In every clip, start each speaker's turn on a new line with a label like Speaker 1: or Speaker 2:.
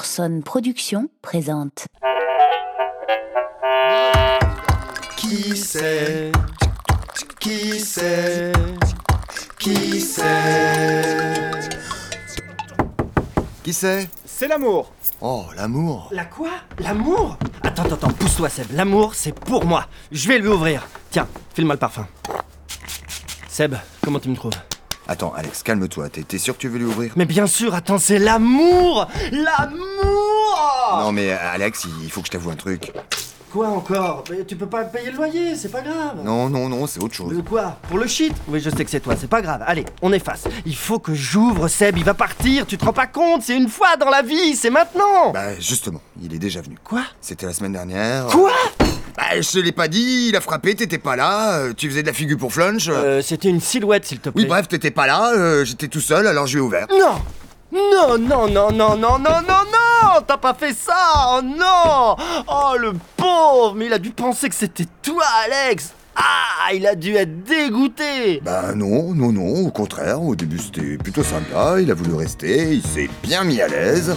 Speaker 1: Orson Productions présente
Speaker 2: Qui sait Qui sait Qui sait Qui sait
Speaker 3: C'est l'amour
Speaker 2: Oh, l'amour
Speaker 4: La quoi L'amour Attends, attends, attends, pousse-toi Seb, l'amour c'est pour moi Je vais lui ouvrir Tiens, file-moi le parfum. Seb, comment tu me trouves
Speaker 2: Attends, Alex, calme-toi, t'es t'es sûr que tu veux lui ouvrir
Speaker 4: Mais bien sûr, attends, c'est l'amour L'amour
Speaker 2: Non mais, euh, Alex, il faut que je t'avoue un truc.
Speaker 4: Quoi encore Mais tu peux pas payer le loyer, c'est pas grave
Speaker 2: Non, non, non, c'est autre chose.
Speaker 4: Le quoi Pour le shit Oui, je sais que c'est toi, c'est pas grave. Allez, on efface. Il faut que j'ouvre Seb, il va partir, tu te rends pas compte, c'est une fois dans la vie, c'est maintenant
Speaker 2: Bah, justement, il est déjà venu.
Speaker 4: Quoi
Speaker 2: C'était la semaine dernière.
Speaker 4: Quoi
Speaker 2: Bah, je te l'ai pas dit, il a frappé, t'étais pas là, euh, tu faisais de la figure pour flunch. euh,
Speaker 4: euh, C'était une silhouette, s'il te plaît.
Speaker 2: Oui, bah, bref, t'étais pas là, euh, j'étais tout seul, alors je lui ai ouvert.
Speaker 4: Non Non, non, non, non, non, non, non, non T'as pas fait ça Oh non Oh le pauvre Mais il a dû penser que c'était toi, Alex Ah Il a dû être dégoûté
Speaker 2: Bah non, non, non, au contraire, au début c'était plutôt sympa, il a voulu rester, il s'est bien mis à l'aise,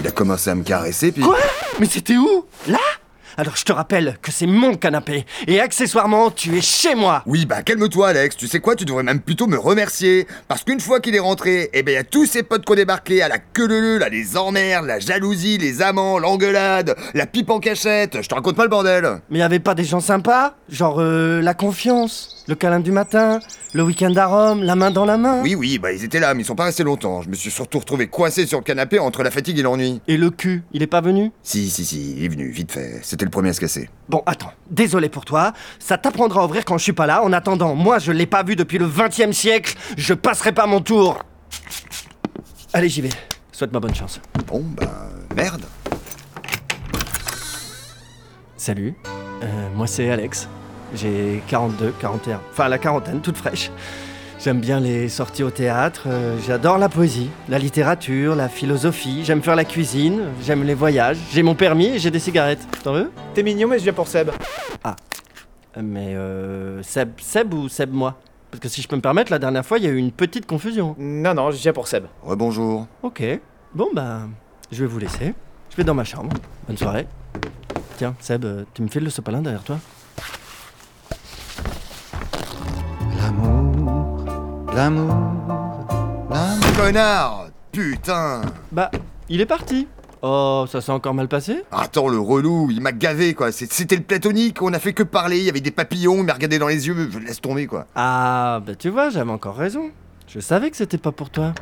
Speaker 2: il a commencé à me caresser, puis...
Speaker 4: Quoi Mais c'était où Là Alors je te rappelle que c'est mon canapé, et accessoirement, tu es chez moi
Speaker 2: oui, bah calme-toi Alex, tu sais quoi, tu devrais même plutôt me remercier, parce qu'une fois qu'il est rentré, eh ben y a tous ses potes qui ont débarqué, à la queue leu là, les emmerdes, la jalousie, les amants, l'engueulade, la pipe en cachette, je te raconte pas le bordel
Speaker 4: mais y avait pas des gens sympas Genre euh, la confiance, le câlin du matin, le week-end à Rome, la main dans la main
Speaker 2: Oui, oui, bah ils étaient là, mais ils sont pas restés longtemps, je me suis surtout retrouvé coincé sur le canapé entre la fatigue et l'ennui.
Speaker 4: Et le cul, il est pas venu
Speaker 2: Si, si, si, il est venu, vite fait, c'était le premier à se casser.
Speaker 4: Bon, attends, désolé pour toi, ça t'apprendra à ouvrir quand je suis pas là. En attendant, moi je l'ai pas vu depuis le 20 siècle, je passerai pas mon tour. Allez, j'y vais. Souhaite-moi bonne chance.
Speaker 2: Bon, bah merde
Speaker 4: Salut, euh, moi c'est Alex. J'ai 42, 41, enfin la quarantaine, toute fraîche. J'aime bien les sorties au théâtre, euh, j'adore la poésie, la littérature, la philosophie, j'aime faire la cuisine, j'aime les voyages, j'ai mon permis et j'ai des cigarettes. T'en veux
Speaker 3: T'es mignon mais je viens pour Seb.
Speaker 4: Mais euh, Seb, Seb ou Seb moi Parce que si je peux me permettre, la dernière fois il y a eu une petite confusion.
Speaker 3: Non, non, je viens pour Seb.
Speaker 2: Rebonjour.
Speaker 4: Ok. Bon, bah, je vais vous laisser. Je vais dans ma chambre. Bonne soirée. Tiens, Seb, euh, tu me files le sopalin derrière toi
Speaker 2: L'amour, l'amour, l'amour. Ah, Connard Putain
Speaker 4: Bah, il est parti. Oh, ça s'est encore mal passé
Speaker 2: Ah, Attends, le relou, il m'a gavé, quoi. C'est- C'était le platonique, on a fait que parler, il y avait des papillons, il m'a regardé dans les yeux, je laisse tomber, quoi.
Speaker 4: Ah, bah tu vois, j'avais encore raison. Je savais que c'était pas pour toi.